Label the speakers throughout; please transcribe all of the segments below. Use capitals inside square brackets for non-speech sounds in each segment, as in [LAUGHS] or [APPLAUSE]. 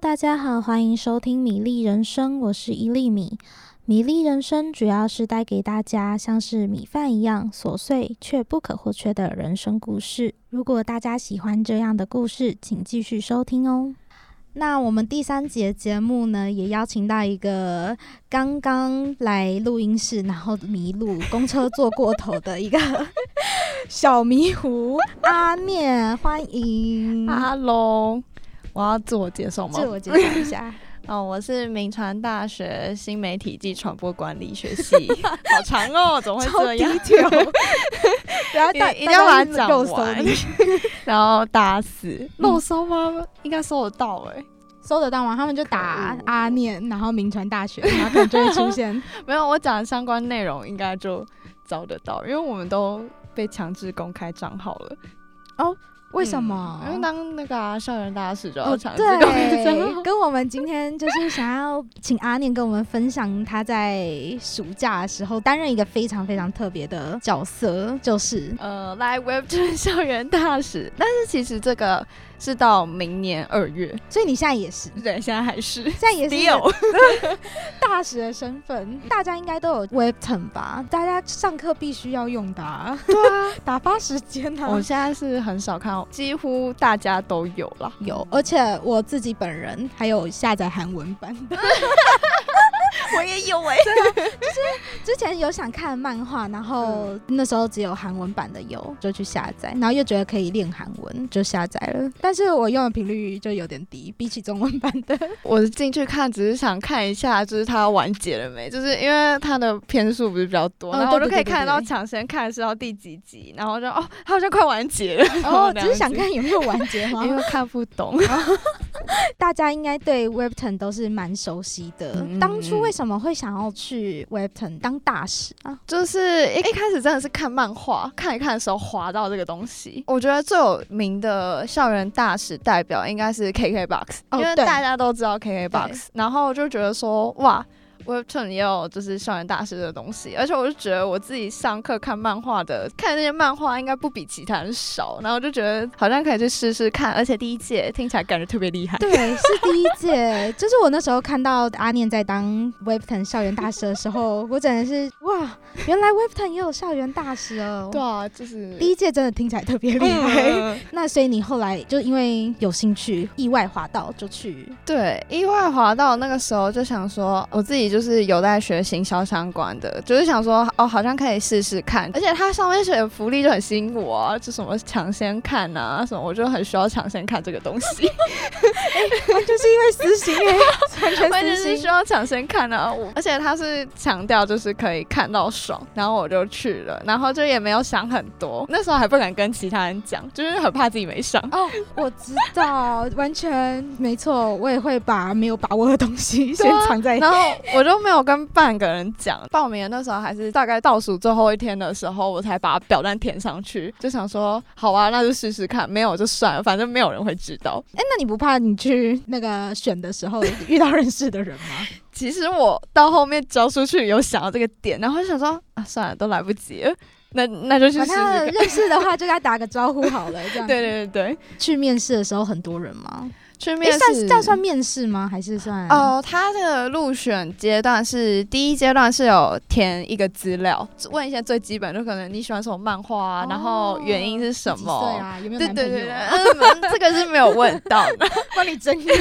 Speaker 1: 大家好，欢迎收听米粒人生，我是一粒米。米粒人生主要是带给大家像是米饭一样琐碎却不可或缺的人生故事。如果大家喜欢这样的故事，请继续收听哦。那我们第三节节目呢，也邀请到一个刚刚来录音室，然后迷路、公车坐过头的 [LAUGHS] 一个小迷糊阿念，欢迎。
Speaker 2: Hello，我要自我介绍吗
Speaker 1: 嗯自？我介绍一下，
Speaker 2: [LAUGHS] 哦，我是明传大学新媒体暨传播管理学
Speaker 1: [LAUGHS]
Speaker 2: 系，好长哦，怎么会
Speaker 1: 超
Speaker 2: 这样？ [LAUGHS]
Speaker 1: 然后
Speaker 2: 一
Speaker 1: 大
Speaker 2: 一定要把它
Speaker 1: 大家肉
Speaker 2: 讲
Speaker 1: 搜
Speaker 2: 完
Speaker 1: 你，
Speaker 2: [LAUGHS] 然后
Speaker 1: [LAUGHS]
Speaker 2: 打死嗯漏收吗？应该收得到哎、
Speaker 1: 搜得到吗？他们就打
Speaker 2: 可恶
Speaker 1: 阿念，然后名传大学，然后可能就会出现。
Speaker 2: [LAUGHS] 没有，我讲的相关内容应该就找得到，因为我们都被强制公开账号了。
Speaker 1: 为什么？
Speaker 2: 嗯因为当那个、啊、校园大使就要
Speaker 1: 哦，
Speaker 2: 强制公
Speaker 1: [LAUGHS]
Speaker 2: 开账号
Speaker 1: 对，。跟我们今天就是想要请阿念跟我们分享他在暑假的时候担任一个非常非常特别的角色，就是
Speaker 2: 呃，来 Webtoon [LAUGHS] 校园大使，但是其实这个是到明年二月，
Speaker 1: 所以你现在也是，
Speaker 2: 对，现在还是
Speaker 1: 现在也是一个
Speaker 2: Deal
Speaker 1: 大使的身份，大家应该都有 Webton 吧？大家上课必须要用的、啊，对啊，打发时间啊。
Speaker 2: [LAUGHS] 我现在是很少看到，几乎大家都有啦。
Speaker 1: 有，而且我自己本人还有下载韩文版 [LAUGHS] 的。
Speaker 2: [LAUGHS] 我也有哎、
Speaker 1: 之前有想看漫画，然后那时候只有韩文版的有，就去下载，然后又觉得可以练韩文，就下载了。但是我用的频率就有点低，比起中文版 [LAUGHS] 的。
Speaker 2: 我进去看，只是想看一下，就是它完结了没？就是因为它的篇数不是比较多，
Speaker 1: 哦
Speaker 2: 然后我就
Speaker 1: 对对
Speaker 2: 可以
Speaker 1: 对
Speaker 2: 看得到
Speaker 1: 对
Speaker 2: 抢先看是到第几集，然后就哦，它好像快完结了， [LAUGHS]
Speaker 1: 哦，只是想
Speaker 2: 了解
Speaker 1: 看有没有完结 [LAUGHS] 吗？
Speaker 2: 因为看不懂。
Speaker 1: 大家应该对 Webton 都是蛮熟悉的。
Speaker 2: 嗯
Speaker 1: 当初为什么会想要去 Webton 当大使啊？
Speaker 2: 就是一一开始真的是看漫画，看一看的时候滑到这个东西。我觉得最有名的校园大使代表应该是 KKBOX，、
Speaker 1: 哦
Speaker 2: 因为
Speaker 1: 对
Speaker 2: 大家都知道 KKBOX，然后就觉得说哇。Webtoon 也有就是校园大师的东西，而且我就觉得我自己上课看漫画的，看那些漫画应该不比其他人少，然后就觉得好像可以去试试看，而且第一届听起来感觉特别厉
Speaker 1: [LAUGHS]
Speaker 2: 害。
Speaker 1: 对，是第一届。就是我那时候看到阿念在当 Webton 校园大使的时候，我真的是哇，原来 Webton 也有校园大使哦。
Speaker 2: 对啊，就是
Speaker 1: 第一届真的听起来特别厉害。
Speaker 2: 嗯
Speaker 1: 那所以你后来就因为有兴趣，意外滑到就去，
Speaker 2: 对，意外滑到那个时候就想说，我自己就是有在学行销相关的，就是想说哦，好像可以试试看。而且它上面写的福利就很吸引我啊，就什么抢先看啊什么，我就很需要抢先看这个东西，
Speaker 1: 哦就是因为私 [LAUGHS] 心哎、完全
Speaker 2: 关键
Speaker 1: 私
Speaker 2: 是需
Speaker 1: 心。
Speaker 2: 要抢先看啊。我而且它是强调就是可以看到爽，然后我就去了，然后就也没有想很多，那时候还不敢跟其他人讲，就是很怕自己没上。
Speaker 1: 哦，我知道，完全没错，我也会把没有把握的东西先
Speaker 2: 对啊
Speaker 1: 藏在。
Speaker 2: 然后我就没有跟半个人讲，报名的那时候还是大概倒数最后一天的时候，我才把表单填上去，就想说好啊，那就试试看，没有就算了，反正没有人会知道。
Speaker 1: 哎、那你不怕你去那个选的时候遇到认识的人吗？
Speaker 2: 其实我到后面交出去有想到这个点，然后就想说啊，算了，都来不及了，那那就去试
Speaker 1: 反
Speaker 2: 试
Speaker 1: 正
Speaker 2: 看。
Speaker 1: 认识的话，就跟他打个招呼好了，这样。
Speaker 2: 对。对对对，
Speaker 1: 去面试的时候很多人吗？
Speaker 2: 去
Speaker 1: 哎、
Speaker 2: 面
Speaker 1: 算
Speaker 2: 试
Speaker 1: 这样算面试吗？还是算？
Speaker 2: 哦，他的入选阶段是第一阶段是有填一个资料，问一些最基本，就可能你喜欢什么漫画啊，然后原因是什么，
Speaker 1: 对啊，有没有
Speaker 2: 对
Speaker 1: 男朋
Speaker 2: 对
Speaker 1: 友、啊？
Speaker 2: 对对，嗯，这个是没有问到 [LAUGHS] 的。
Speaker 1: 帮你征友。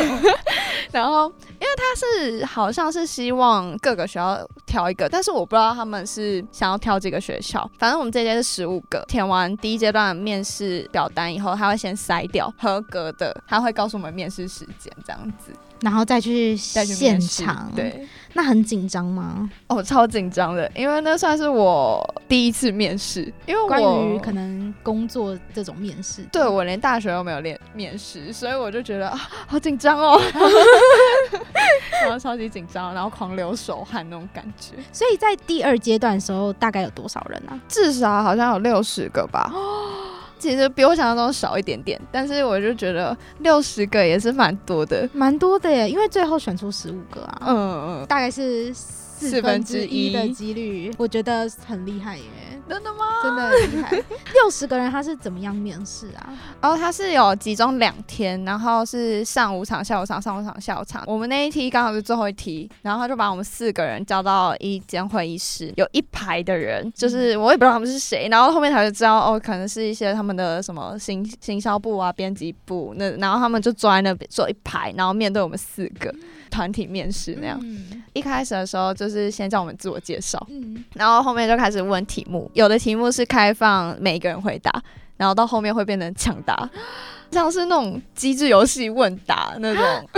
Speaker 2: 然后，因为他是好像是希望各个学校挑一个，但是我不知道他们是想要挑几个学校。反正我们这届是十五个，填完第一阶段的面试表单以后，他会先筛掉合格的，他会告诉我们面试时间这样子，
Speaker 1: 然后再去
Speaker 2: 再去面
Speaker 1: 现
Speaker 2: 试
Speaker 1: 场，，
Speaker 2: [LAUGHS] 对。
Speaker 1: 那很紧张吗？
Speaker 2: 哦，超紧张的，因为那算是我第一次面试，因为我
Speaker 1: 关于可能工作这种面试，
Speaker 2: 对我连大学都没有练面试，所以我就觉得啊，好紧张哦， [LAUGHS] 然后超级紧张，然后狂流手汗那种感觉。
Speaker 1: 所以在第二阶段的时候，大概有多少人啊？
Speaker 2: 至少好像有六十个吧，其实比我想象中少一点点，但是我就觉得六十个也是蛮多的。
Speaker 1: 蛮多的耶，因为最后选出十五个啊，
Speaker 2: 嗯嗯，
Speaker 1: 大概是。
Speaker 2: 四分之一
Speaker 1: 的几率，我觉得很厉害耶，
Speaker 2: 真的吗？
Speaker 1: 真的很厉害。六十个人他是怎么样面试啊？
Speaker 2: 然后哦它是有集中两天，然后是上午场、下午场、上午场、下午场。我们那一梯刚好是最后一梯，然后他就把我们四个人叫到一间会议室，有一排的人，就是我也不知道他们是谁，然后后面才知道哦，可能是一些他们的什么行行销部啊、编辑部那，然后他们就坐在那边坐一排，然后面对我们四个团体面试那样。
Speaker 1: 嗯
Speaker 2: 一开始的时候就是先叫我们自我介绍，
Speaker 1: 嗯，
Speaker 2: 然后后面就开始问题目，有的题目是开放每一个人回答，然后到后面会变成抢答， [GASPS] 像是那种机制游戏问答那种，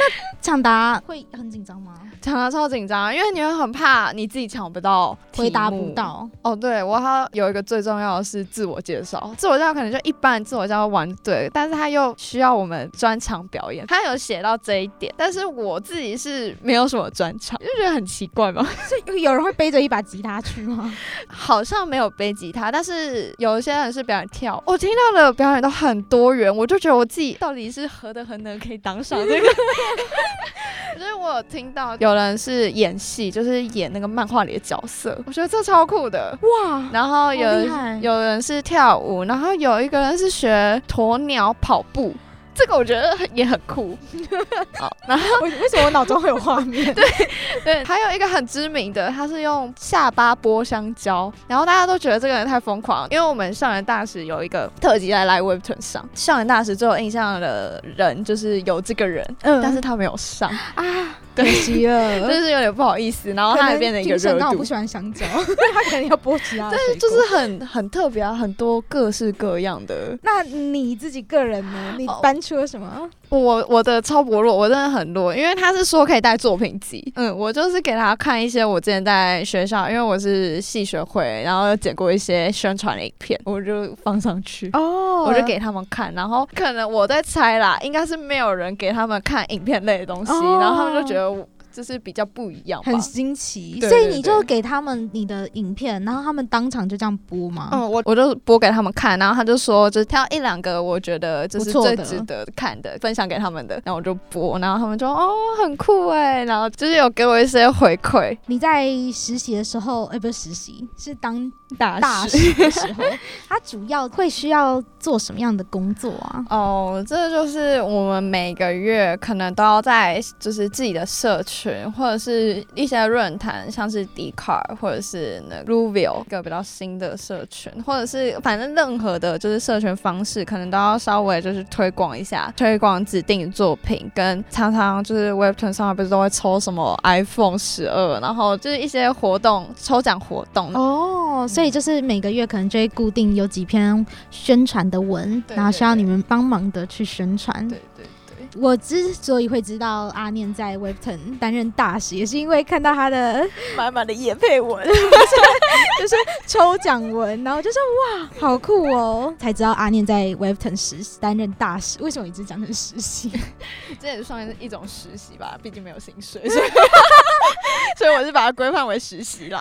Speaker 2: [GASPS]
Speaker 1: 抢答会很紧张吗？
Speaker 2: 抢答超紧张，因为你会很怕你自己抢不到，
Speaker 1: 回答不。到，
Speaker 2: 哦，对，我还有一个最重要的是自我介绍，自我介绍可能就一般自我介绍玩对，但是他又需要我们专场表演，他有写到这一点，但是我自己是没有什么专场，就觉得很奇怪嘛。
Speaker 1: 有有人会背着一把吉他去吗？
Speaker 2: 好像没有背吉他，但是有一些人是表演跳。我听到的表演都很多元，我就觉得我自己到底是何德何能可以当上
Speaker 1: [LAUGHS]
Speaker 2: 这个。所以我有听到有人是演戏，就是演那个漫画里的角色，我觉得这超酷的。
Speaker 1: 哇，
Speaker 2: 然后有
Speaker 1: 好厉害
Speaker 2: 有人是跳舞，然后有一个人是学鸵鸟跑步，这个我觉得很也很酷。好，然后
Speaker 1: 为为什么我脑中会有画面？
Speaker 2: [LAUGHS] 对，还有一个很知名的，他是用下巴剥香蕉，然后大家都觉得这个人太疯狂了，因为我们上人大使有一个特辑在 Live Webtoon 上，上人大使最有印象的人就是有这个人，
Speaker 1: 嗯
Speaker 2: 但是他没有 [LAUGHS] 上，
Speaker 1: 啊，
Speaker 2: 对
Speaker 1: 可惜了。
Speaker 2: 嗯就是有点不好意思，然后他还变成一个
Speaker 1: 可能君臣
Speaker 2: 热
Speaker 1: 刚好
Speaker 2: 度
Speaker 1: 不。喜欢香
Speaker 2: [LAUGHS]
Speaker 1: 蕉，他肯定要剥其他的水果。
Speaker 2: 就是很很特别啊，很多各式各样的。
Speaker 1: 那你自己个人呢？你
Speaker 2: 哦
Speaker 1: 搬出了什么？
Speaker 2: 我我的超薄弱，我真的很弱，因为他是说可以带作品集，嗯，我就是给他看一些我之前在学校，因为我是系学会，然后剪过一些宣传的影片，我就放上去。
Speaker 1: 哦
Speaker 2: 我就给他们看，然后可能我在猜啦，应该是没有人给他们看影片类的东西，
Speaker 1: 哦
Speaker 2: 然后他们就觉得我就是比较不一样吧
Speaker 1: 很。新奇，
Speaker 2: 对
Speaker 1: 所以
Speaker 2: 对
Speaker 1: 你
Speaker 2: 对
Speaker 1: 就给他们你的影片，然后他们当场就这样播吗？
Speaker 2: 嗯，我我就播给他们看，然后他就说，就是挑一两个我觉得就是
Speaker 1: 不错
Speaker 2: 最
Speaker 1: 的
Speaker 2: 值得看的，分享给他们的，然后我就播，然后他们就哦很酷哎，然后就是有给我一些回馈，
Speaker 1: 你在实习的时候，哎、不是实习，是当
Speaker 2: 大
Speaker 1: 大
Speaker 2: 师。
Speaker 1: 使的时候，
Speaker 2: 哦
Speaker 1: [LAUGHS] 他主要会需要做什么样的工作啊？
Speaker 2: 哦，这就是我们每个月可能都要在就是自己的社群或者是一些论坛，像是 d c a r 或者是那 Ruvio 一个比较新的社群，或者是反正任何的就是社群方式，可能都要稍微就是推广一下，推广指定作品，跟常常就是 Webtoon 上面不是都会抽什么 iPhone 十二，然后就是一些活动抽奖活动，
Speaker 1: 哦，所以就是每个月可能就会固定有几篇宣传的文，
Speaker 2: 对
Speaker 1: 然后需要你
Speaker 2: 对对
Speaker 1: 们帮忙的去宣传。
Speaker 2: 对对对。
Speaker 1: 我之所以会知道阿念在 Webton 担任大使，也是因为看到他的
Speaker 2: [LAUGHS]
Speaker 1: [LAUGHS]
Speaker 2: 满满的叶佩文，
Speaker 1: 抽奖文，然后就说哇，好酷哦，才知道阿念在 Webton 实习担任大使。为什么一直讲成实
Speaker 2: [LAUGHS]
Speaker 1: 习？
Speaker 2: 这也算是一种实习吧，毕竟没有薪水，所以 [LAUGHS] 所以我是把它规范为实习啦。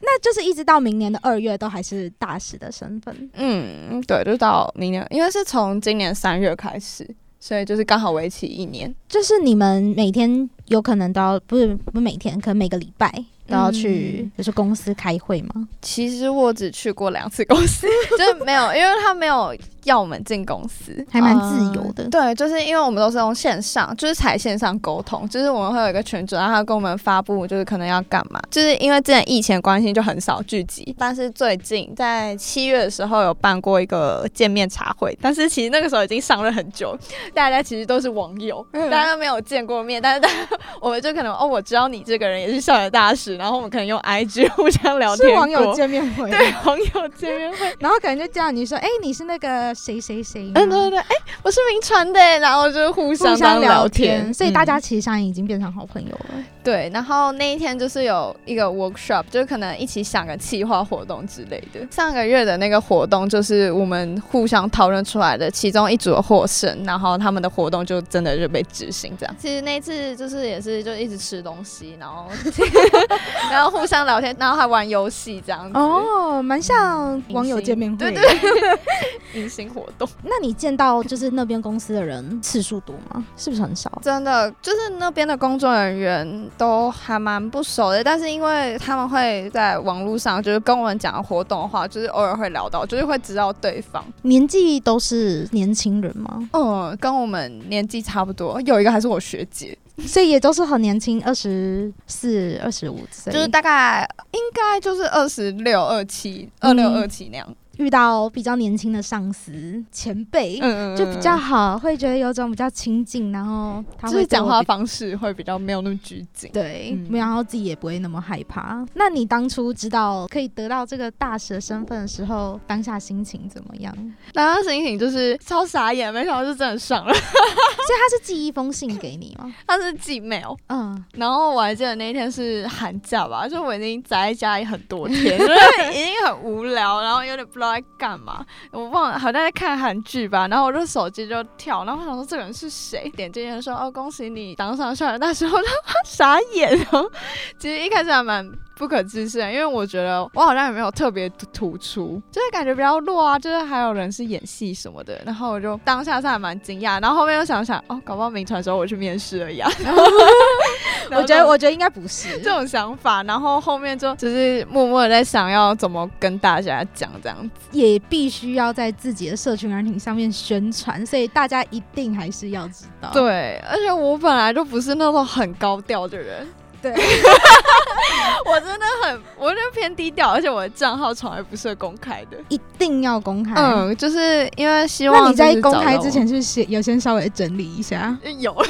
Speaker 1: 那就是一直到明年的二月都还是大使的身份。
Speaker 2: 嗯，对，就到明年，因为是从今年三月开始，所以就是刚好为期一年。
Speaker 1: 就是你们每天有可能都要，不是不是每天，可能每个礼拜都要去，
Speaker 2: 嗯
Speaker 1: 就是公司开会吗？
Speaker 2: 其实我只去过两次公
Speaker 1: [LAUGHS]
Speaker 2: 司，就是没有，因为他没有要我们进公司，
Speaker 1: 还蛮自由的
Speaker 2: 嗯对，就是因为我们都是用线上，就是采线上沟通，就是我们会有一个群主，然后他跟我们发布，就是可能要干嘛。就是因为之前疫情的关系，就很少聚集，但是最近在七月的时候有办过一个见面茶会，但是其实那个时候已经上了很久，大家其实都是网友，
Speaker 1: 嗯
Speaker 2: 大家都没有见过面，但是大家我们就可能哦，我知道你这个人也是校园大使，然后我们可能用 IG 互相聊天
Speaker 1: 是
Speaker 2: 过，
Speaker 1: 网友见面会，
Speaker 2: 对，网友见面会，
Speaker 1: [LAUGHS] 然后可能就叫你说，哎、你是那个谁谁谁吗，
Speaker 2: [LAUGHS] 嗯，对对对，哎、我是名传的，然后就互
Speaker 1: 互
Speaker 2: 相
Speaker 1: 相
Speaker 2: 当
Speaker 1: 聊
Speaker 2: 天，
Speaker 1: 天，所以大家
Speaker 2: 嗯
Speaker 1: 其实现在已经变成好朋友了。
Speaker 2: 对，然后那一天就是有一个 workshop，就是可能一起想个企划活动之类的。上个月的那个活动就是我们互相讨论出来的，其中一组的获胜，然后他们的活动就真的就被执行这样。其实那一次就是也是就一直吃东西，然 [LAUGHS] 后然后互相聊天，然后还玩游戏这样子。
Speaker 1: 哦，蛮像
Speaker 2: 迎
Speaker 1: 网友
Speaker 2: 新
Speaker 1: 见面会。
Speaker 2: 对对， [LAUGHS] 迎新活动。
Speaker 1: 嗯那你见到就是那边公司的人次数多吗？是不是很少？
Speaker 2: 真的就是那边的工作人员都还蛮不熟的，但是因为他们会在网络上就是跟我们讲活动的话，就是偶尔会聊到，就是会知道对方。
Speaker 3: 年纪都是年轻人
Speaker 2: [LAUGHS]
Speaker 3: 吗？
Speaker 2: 嗯，跟我们年纪差不多，有一个还是我学姐，
Speaker 3: 所以也都是很年轻，二十四、二十五岁，
Speaker 2: 就是大概应该就是二十六、二七、二六、二七那样。
Speaker 3: 遇到比较年轻的上司前辈。
Speaker 2: 嗯，
Speaker 3: 就比较好，会觉得有种比较亲近，然后他
Speaker 2: 就是
Speaker 3: 会
Speaker 2: 讲
Speaker 3: 对我
Speaker 2: 话
Speaker 3: 比
Speaker 2: 方式会比较没有那么拘谨。
Speaker 3: 对，
Speaker 2: 嗯
Speaker 3: 然后自己也不会那么害怕。那你当初知道可以得到这个大使的身份的时候，当下心情怎么样？所
Speaker 2: 然后醒醒就是超傻眼，没想到是真的上了，
Speaker 3: 以他是寄一封信给你吗？
Speaker 2: [LAUGHS] 他是 Gmail。
Speaker 3: 嗯，
Speaker 2: 然后我还记得那一天是寒假吧，就我已经宅在家里很多天，就是已经很无聊，然后有点不知道在干嘛。我忘了，好像在看韩剧吧。然后我就手机就跳，然后我想说这个人是谁？点进去说哦，恭喜你当上校长大使，我就啊傻眼哦。其实一开始还蛮不可置信的，因为我觉得我好像也没有特别突出，就是感觉比较弱啊。就是还有人是演戏什么的，然后我就当下是还蛮惊讶，然后后面又想想哦，搞不好名传时候我去面试
Speaker 1: [LAUGHS]
Speaker 2: 而已啊。然
Speaker 1: 我
Speaker 2: 后
Speaker 1: 觉得我觉得应该不是，
Speaker 2: 这种想法，然后后面就只是默默的在想要怎么跟大家讲这样子。
Speaker 1: 也必须要在自己的社群软体上面宣传，所以大家一定还是要知道。
Speaker 2: 对，而且我本来就不是那种很高调的人，
Speaker 1: 对，
Speaker 2: 我真的很，我就偏低调，而且我的账号从来不是公开的。
Speaker 1: 一定要公开。
Speaker 2: 嗯，就是因为希望
Speaker 1: 那你在
Speaker 2: 就是
Speaker 1: 公
Speaker 2: 找
Speaker 1: 开
Speaker 2: 到
Speaker 1: 之前，是先有先稍微整理一下。
Speaker 2: 我有。 [LAUGHS]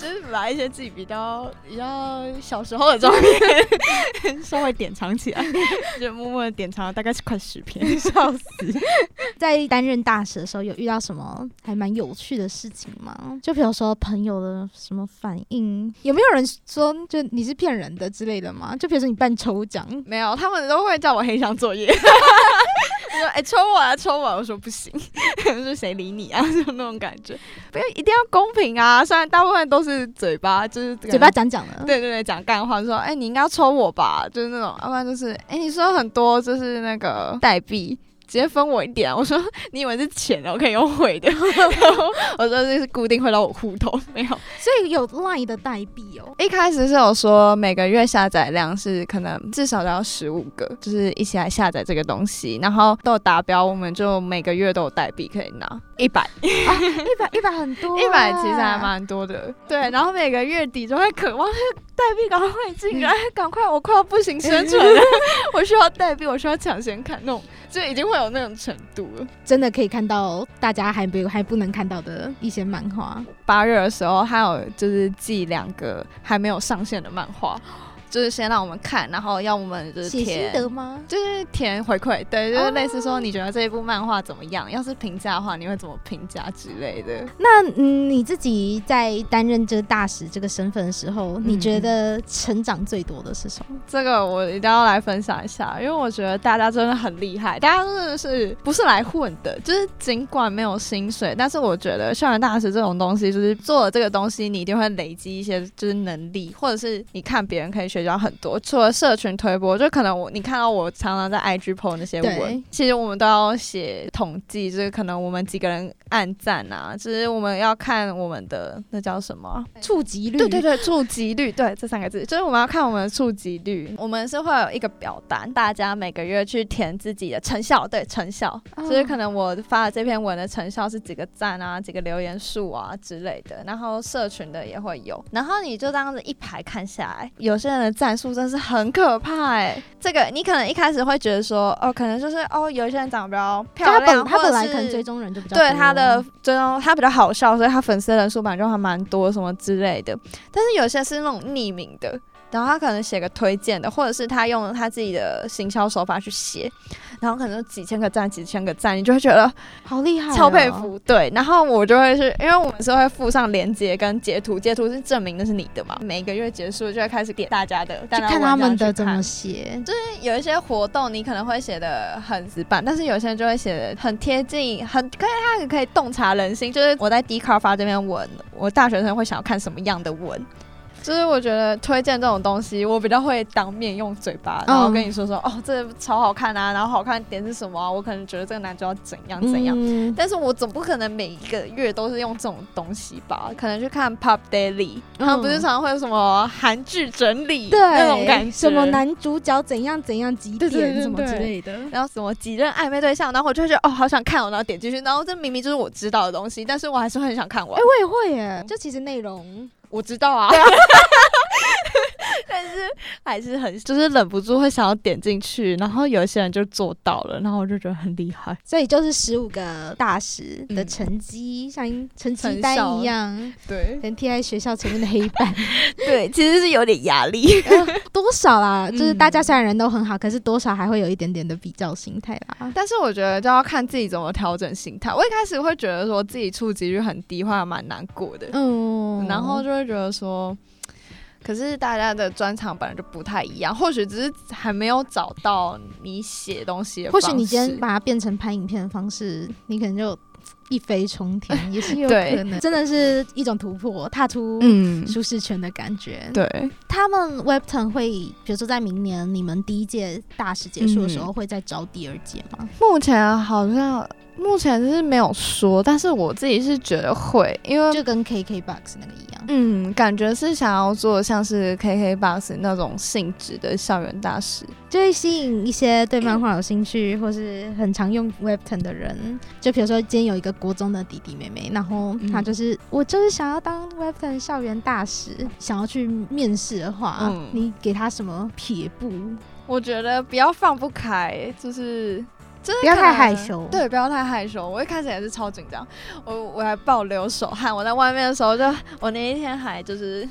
Speaker 2: 就是把一些自己比较比较小时候的照片稍微典藏起来，就默默的典藏了大概是快十篇。
Speaker 1: 笑死！
Speaker 3: 在担任大使的时候，有遇到什么还蛮有趣的事情吗？就比如说朋友的什么反应，
Speaker 1: 有没有人说就你是骗人的之类的吗？就比如说你办抽奖，
Speaker 2: 没有，他们都会叫我黑箱作业。 [LAUGHS] 我说：“哎、抽我啊，抽我啊、我说：“不行。” [LAUGHS] 我说：“谁理你啊？” [LAUGHS] 就那种感觉，不要一定要公平啊！虽然大部分都是嘴巴，就是
Speaker 1: 嘴巴讲讲了，
Speaker 2: 对对对，讲干话，说：“哎、你应该要抽我吧？”就是那种，要不然就是：“哎、你说很多，就是那个代币。”直接分我一点啊！我说你以为是钱啊，我可以用汇的。 [LAUGHS] 然后我说这是固定汇到我户头，没有。
Speaker 3: 所以有 LINE 的代币哦。
Speaker 2: 一开始是有说每个月下载量是可能至少都要十五个，就是一起来下载这个东西，然后都有达标，我们就每个月都有代币可以拿一百，
Speaker 3: [LAUGHS] 一百一百很多、啊
Speaker 2: 一百其实还……蛮多的。对，然后每个月底就会渴望那个代币赶快进来，赶快我快要不行生存了，我需要代币，我需要抢先看那种，就已经会有那种程度了。
Speaker 1: 真的可以看到大家还没有还不能看到的一些漫画。
Speaker 2: 八月的时候，还有就是寄两个还没有上线的漫画。就是先让我们看，然后要我们就是
Speaker 3: 写
Speaker 2: 填
Speaker 3: 心得吗？
Speaker 2: 就是填回馈，对，就
Speaker 3: 哦
Speaker 2: 是类似说你觉得这一部漫画怎么样？要是评价的话，你会怎么评价之类的？
Speaker 3: 那嗯，你自己在担任这个大使这个身份的时候，你
Speaker 2: 嗯
Speaker 3: 觉得成长最多的是什么？
Speaker 2: 这个我一定要来分享一下，因为我觉得大家真的很厉害，大家真的是不是来混的？就是尽管没有薪水，但是我觉得校园大使这种东西，就是做了这个东西，你一定会累积一些就是能力，或者是你看别人可以学到很多。除了社群推播，就可能我你看到我常常在 IG po 那些
Speaker 1: 对
Speaker 2: 文，其实我们都要写统计，就是可能我们几个人按赞啊，就是我们要看我们的那叫什么啊
Speaker 1: 触及率，
Speaker 2: 对对对，触及率，对这三个字，就是我们要看我们的触及率。我们是会有一个表单，大家每个月去填自己的成效，对成效，
Speaker 3: 哦
Speaker 2: 就是可能我发的这篇文的成效是几个赞啊，几个留言数啊之类的。然后社群的也会有，然后你就这样子一排看下来，有些人的赞数真是很可怕哎、这个你可能一开始会觉得说，哦，可能就是哦，有一些人长得比较
Speaker 3: 就
Speaker 2: 漂
Speaker 3: 他
Speaker 2: 亮，
Speaker 3: 本他
Speaker 2: 或者
Speaker 3: 本来可能
Speaker 2: 是
Speaker 3: 追踪人就比较
Speaker 2: 对
Speaker 3: 多
Speaker 2: 他的追踪，他比较好笑，所以他粉丝人数本来就还蛮多什么之类的。但是有些是那种匿名的，然后他可能写个推荐的，或者是他用他自己的行销手法去写，然后可能有几千个赞、几千个赞，你就会觉得哦
Speaker 3: 好厉
Speaker 1: 哦
Speaker 3: 害、
Speaker 2: 超佩。服。对，然后我就会是因为我们是会附上链接跟截图，截图是证明那是你的嘛。每个月结束就会开始点大家的，
Speaker 3: 就
Speaker 2: 大家
Speaker 3: 看他们的
Speaker 2: 文章去
Speaker 3: 怎
Speaker 2: 看
Speaker 3: 么写，
Speaker 2: 有一些活动你可能会写的很死板，但是有些人就会写的很贴近，很可以，它很可以洞察人心。就是我在 d c a r 发这篇文，我大学生会想要看什么样的文，就是我觉得推荐这种东西，我比较会当面用嘴巴，然后
Speaker 1: 嗯
Speaker 2: 跟你说说，哦，这超好看啊，然后好看点是什么啊？我可能觉得这个男主要怎样怎样。
Speaker 1: 嗯
Speaker 2: 但是我总不可能每一个月都是用这种东西吧？可能去看 Pop Daily，他们不是常常会有什么韩剧整理
Speaker 1: 嗯对
Speaker 2: 那种感觉，
Speaker 1: 什么男主角怎样怎样几
Speaker 2: 对对对
Speaker 1: 点
Speaker 2: 对哎
Speaker 1: 什么
Speaker 2: 对
Speaker 1: 之类的，
Speaker 2: 然后什么几任暧昧对象，然后我就会觉得哦，好想看哦，然后点进去，然后这明明就是我知道的东西，但是我还是很想看完。
Speaker 1: 哎，我也会耶，就其实内容
Speaker 2: 我知道啊， [LAUGHS] 但是还是很就是忍不住会想要点进去，然后有一些人就做到了，然后我就觉得很厉害。
Speaker 1: 所以就是十五个大使的成
Speaker 2: 嗯
Speaker 1: 绩，像成绩单一样，
Speaker 2: 对
Speaker 1: 能贴在学校前面的黑
Speaker 2: [LAUGHS]
Speaker 1: 板。
Speaker 2: 对，其实是有点压力。
Speaker 1: 多少啦，就是
Speaker 2: 嗯
Speaker 1: 大家虽然人都很好，可是多少还会有一点点的比较心态啦。
Speaker 2: [LAUGHS] 但是我觉得就要看自己怎么调整心态。我一开始会觉得说自己触及率很低，会还蛮难过的，
Speaker 1: 嗯，
Speaker 2: 然后就会觉得说。可是大家的专长本来就不太一样，或许只是还没有找到你写东西的
Speaker 1: 或
Speaker 2: 方
Speaker 1: 许
Speaker 2: 式。
Speaker 1: 你今天把它变成拍影片的方式，你可能就一飞冲天，也是有
Speaker 2: 对
Speaker 1: 可能。真的是一种突破，踏出
Speaker 2: 嗯，
Speaker 1: 舒适圈的感觉。
Speaker 2: 对，
Speaker 1: 他们 Webton 会，比如说在明年你们第一届大使结束的
Speaker 2: 嗯
Speaker 1: 时候，会再招第二届吗？
Speaker 2: 目前好像目前是没有说，但是我自己是觉得会，因为
Speaker 1: 就跟 KKBox 那个一样。
Speaker 2: 嗯，感觉是想要做像是 KKBox 那种性质的校园大使。
Speaker 1: 就会吸引一些对漫画有兴趣，或是很常用 Webton 的人。就比如说，今天有一个国中的弟弟妹妹，然后
Speaker 2: 嗯
Speaker 1: 他就是、我就是想要当 Webton 校园大使，想要去面试的话，
Speaker 2: 嗯
Speaker 1: 你给他什么撇步？
Speaker 2: 我觉得不要放不开，就是。真的
Speaker 1: 不要
Speaker 2: 可
Speaker 1: 太
Speaker 2: 能
Speaker 1: 害羞
Speaker 2: 对，不要太害羞。我一开始也是超紧张，我我还爆流手汗。我在外面的时候就，我那一天还就是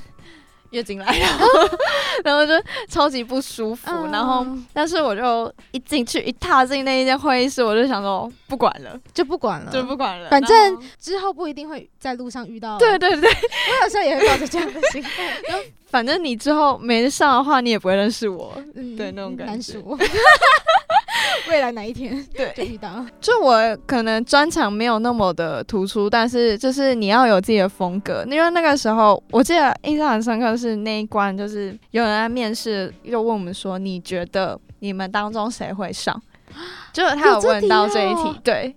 Speaker 2: 月经来，然后 [LAUGHS] 然后就超级不舒服。然后，
Speaker 1: 嗯
Speaker 2: 但是我就一进去，一踏进那一间会议室，我就想说不管了，
Speaker 1: 就不管了，
Speaker 2: 就不管了，
Speaker 1: 反
Speaker 2: 然
Speaker 1: 正
Speaker 2: 后嗯
Speaker 1: 之后不一定会在路上遇到。 [LAUGHS]
Speaker 2: 对，对对，
Speaker 1: 我有时候也会抱着这样的心
Speaker 2: [LAUGHS]
Speaker 1: 态，
Speaker 2: 反正你之后没上的话，你也不会认识我。
Speaker 1: 嗯
Speaker 2: 对那种感觉
Speaker 1: 难
Speaker 2: [LAUGHS]
Speaker 1: 说。未来哪一天就
Speaker 2: 对，
Speaker 1: 遇到，
Speaker 2: 就我可能专长没有那么的突出，但是就是你要有自己的风格，因为那个时候我记得印象很深刻是那一关，就是有人在面试就问我们说，你觉得你们当中谁会上？就是他有问到这一
Speaker 1: 有这
Speaker 2: 题，
Speaker 1: 题哦
Speaker 2: 对，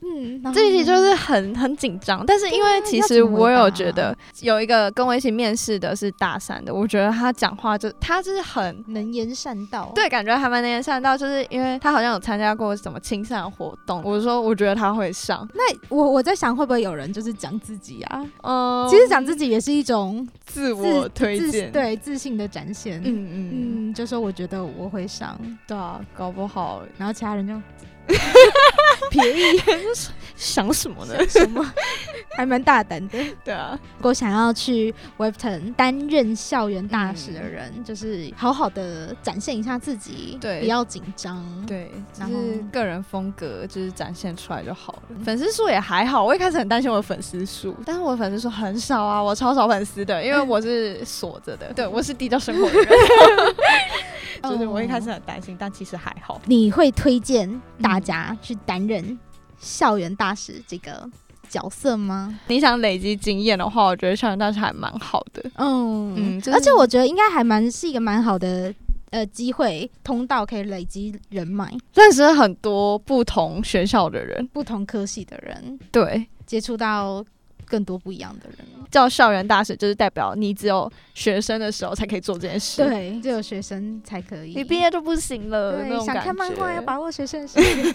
Speaker 1: 嗯，然后
Speaker 2: 这一题
Speaker 1: 呢
Speaker 2: 就是很很紧张，但是因为其实我有觉得有一个跟我一起面试的是大三的，我觉得他讲话就他就是很。
Speaker 1: 能言善道。
Speaker 2: 对，感觉还蛮能言善道，就是因为他好像有参加过什么青善活动，我说我觉得他会上，
Speaker 1: 那我我在想，会不会有人就是讲自己啊？
Speaker 2: 嗯，
Speaker 1: 其实讲自己也是一种
Speaker 2: 自
Speaker 1: 自
Speaker 2: 我推
Speaker 1: 自
Speaker 2: 荐，，
Speaker 1: 对自信的展现。嗯
Speaker 2: 嗯嗯，
Speaker 1: 就说我觉得我会上，
Speaker 2: 对啊，搞不好
Speaker 1: 然后其他人就
Speaker 2: 便宜 [LAUGHS] 想什么呢？
Speaker 1: 什么，还蛮大胆的。
Speaker 2: [LAUGHS] 对啊，
Speaker 1: 如果想要去 Webton 担任校园大使
Speaker 2: 嗯
Speaker 1: 的人，就是好好的展现一下自己，
Speaker 2: 对
Speaker 1: 不要紧张。，
Speaker 2: 对，就
Speaker 1: 然后
Speaker 2: 是个人风格，就是展现出来就好了。嗯粉丝数也还好，我一开始很担心我的粉丝数，但是我的粉丝数很少啊，我超少粉丝的，因为我是锁着嗯的，对我是低调生活的 [LAUGHS] 人，就是我一开始很担心，但其实还好。
Speaker 1: 你会推荐
Speaker 2: 嗯
Speaker 1: 大家去担任校园大使这个角色吗？
Speaker 2: 你想累积经验的话，我觉得校园大使还蛮好的。
Speaker 1: 嗯
Speaker 2: 嗯，就是
Speaker 1: 而且我觉得应该还蛮是一个蛮好的呃机会通道，可以累积人脉，
Speaker 2: 认识很多不同学校的人，
Speaker 1: 不同科系的人
Speaker 2: 对，
Speaker 1: 接触到更多不一样的人。
Speaker 2: 叫校园大使，就是代表你只有学生的时候才可以做这件事，， [LAUGHS]
Speaker 1: 对，只有学生才可以。
Speaker 2: 你毕业就不行了，那
Speaker 1: 对，
Speaker 2: 种
Speaker 1: 想
Speaker 2: 感
Speaker 1: 看漫画
Speaker 2: 觉
Speaker 1: 要把握学生的时
Speaker 2: [LAUGHS]
Speaker 1: 间，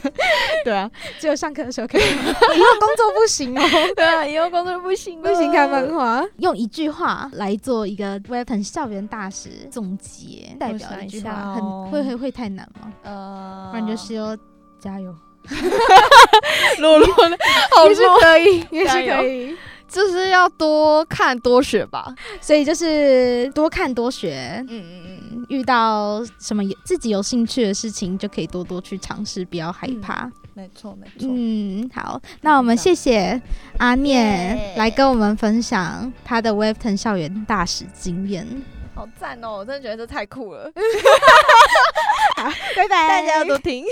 Speaker 2: 对啊，
Speaker 1: 只有上课的时候可以。以后工作不行哦。
Speaker 2: [LAUGHS] 对啊，以后工作就不行了，
Speaker 1: 不行，看漫画。用一句话来做一个 Webton 校园大使总结，代表一句
Speaker 2: 我想
Speaker 1: 话，
Speaker 2: 一下
Speaker 1: 很
Speaker 2: 哦
Speaker 1: 会会会太难吗？
Speaker 2: 呃，
Speaker 1: 不然就是要加油，
Speaker 2: 落落 [LAUGHS] 的，好
Speaker 1: 也是
Speaker 2: 落，
Speaker 1: 可以，也是
Speaker 2: [LAUGHS] [LAUGHS] 加
Speaker 1: 可
Speaker 2: 油
Speaker 1: 以。
Speaker 2: 就是要多看多学吧，
Speaker 1: [LAUGHS] 所以就是多看多学，
Speaker 2: 嗯嗯嗯，
Speaker 1: 嗯遇到什么有自己有兴趣的事情，就可以多多去尝试，不要害怕。
Speaker 2: 没错没错，
Speaker 1: 嗯，好，那我们谢谢阿念
Speaker 2: 耶
Speaker 1: 来跟我们分享她的 Webton 校园大使经验。
Speaker 2: 好赞哦，我真的觉得这太酷了，
Speaker 1: 拜拜，
Speaker 2: 大家要多听。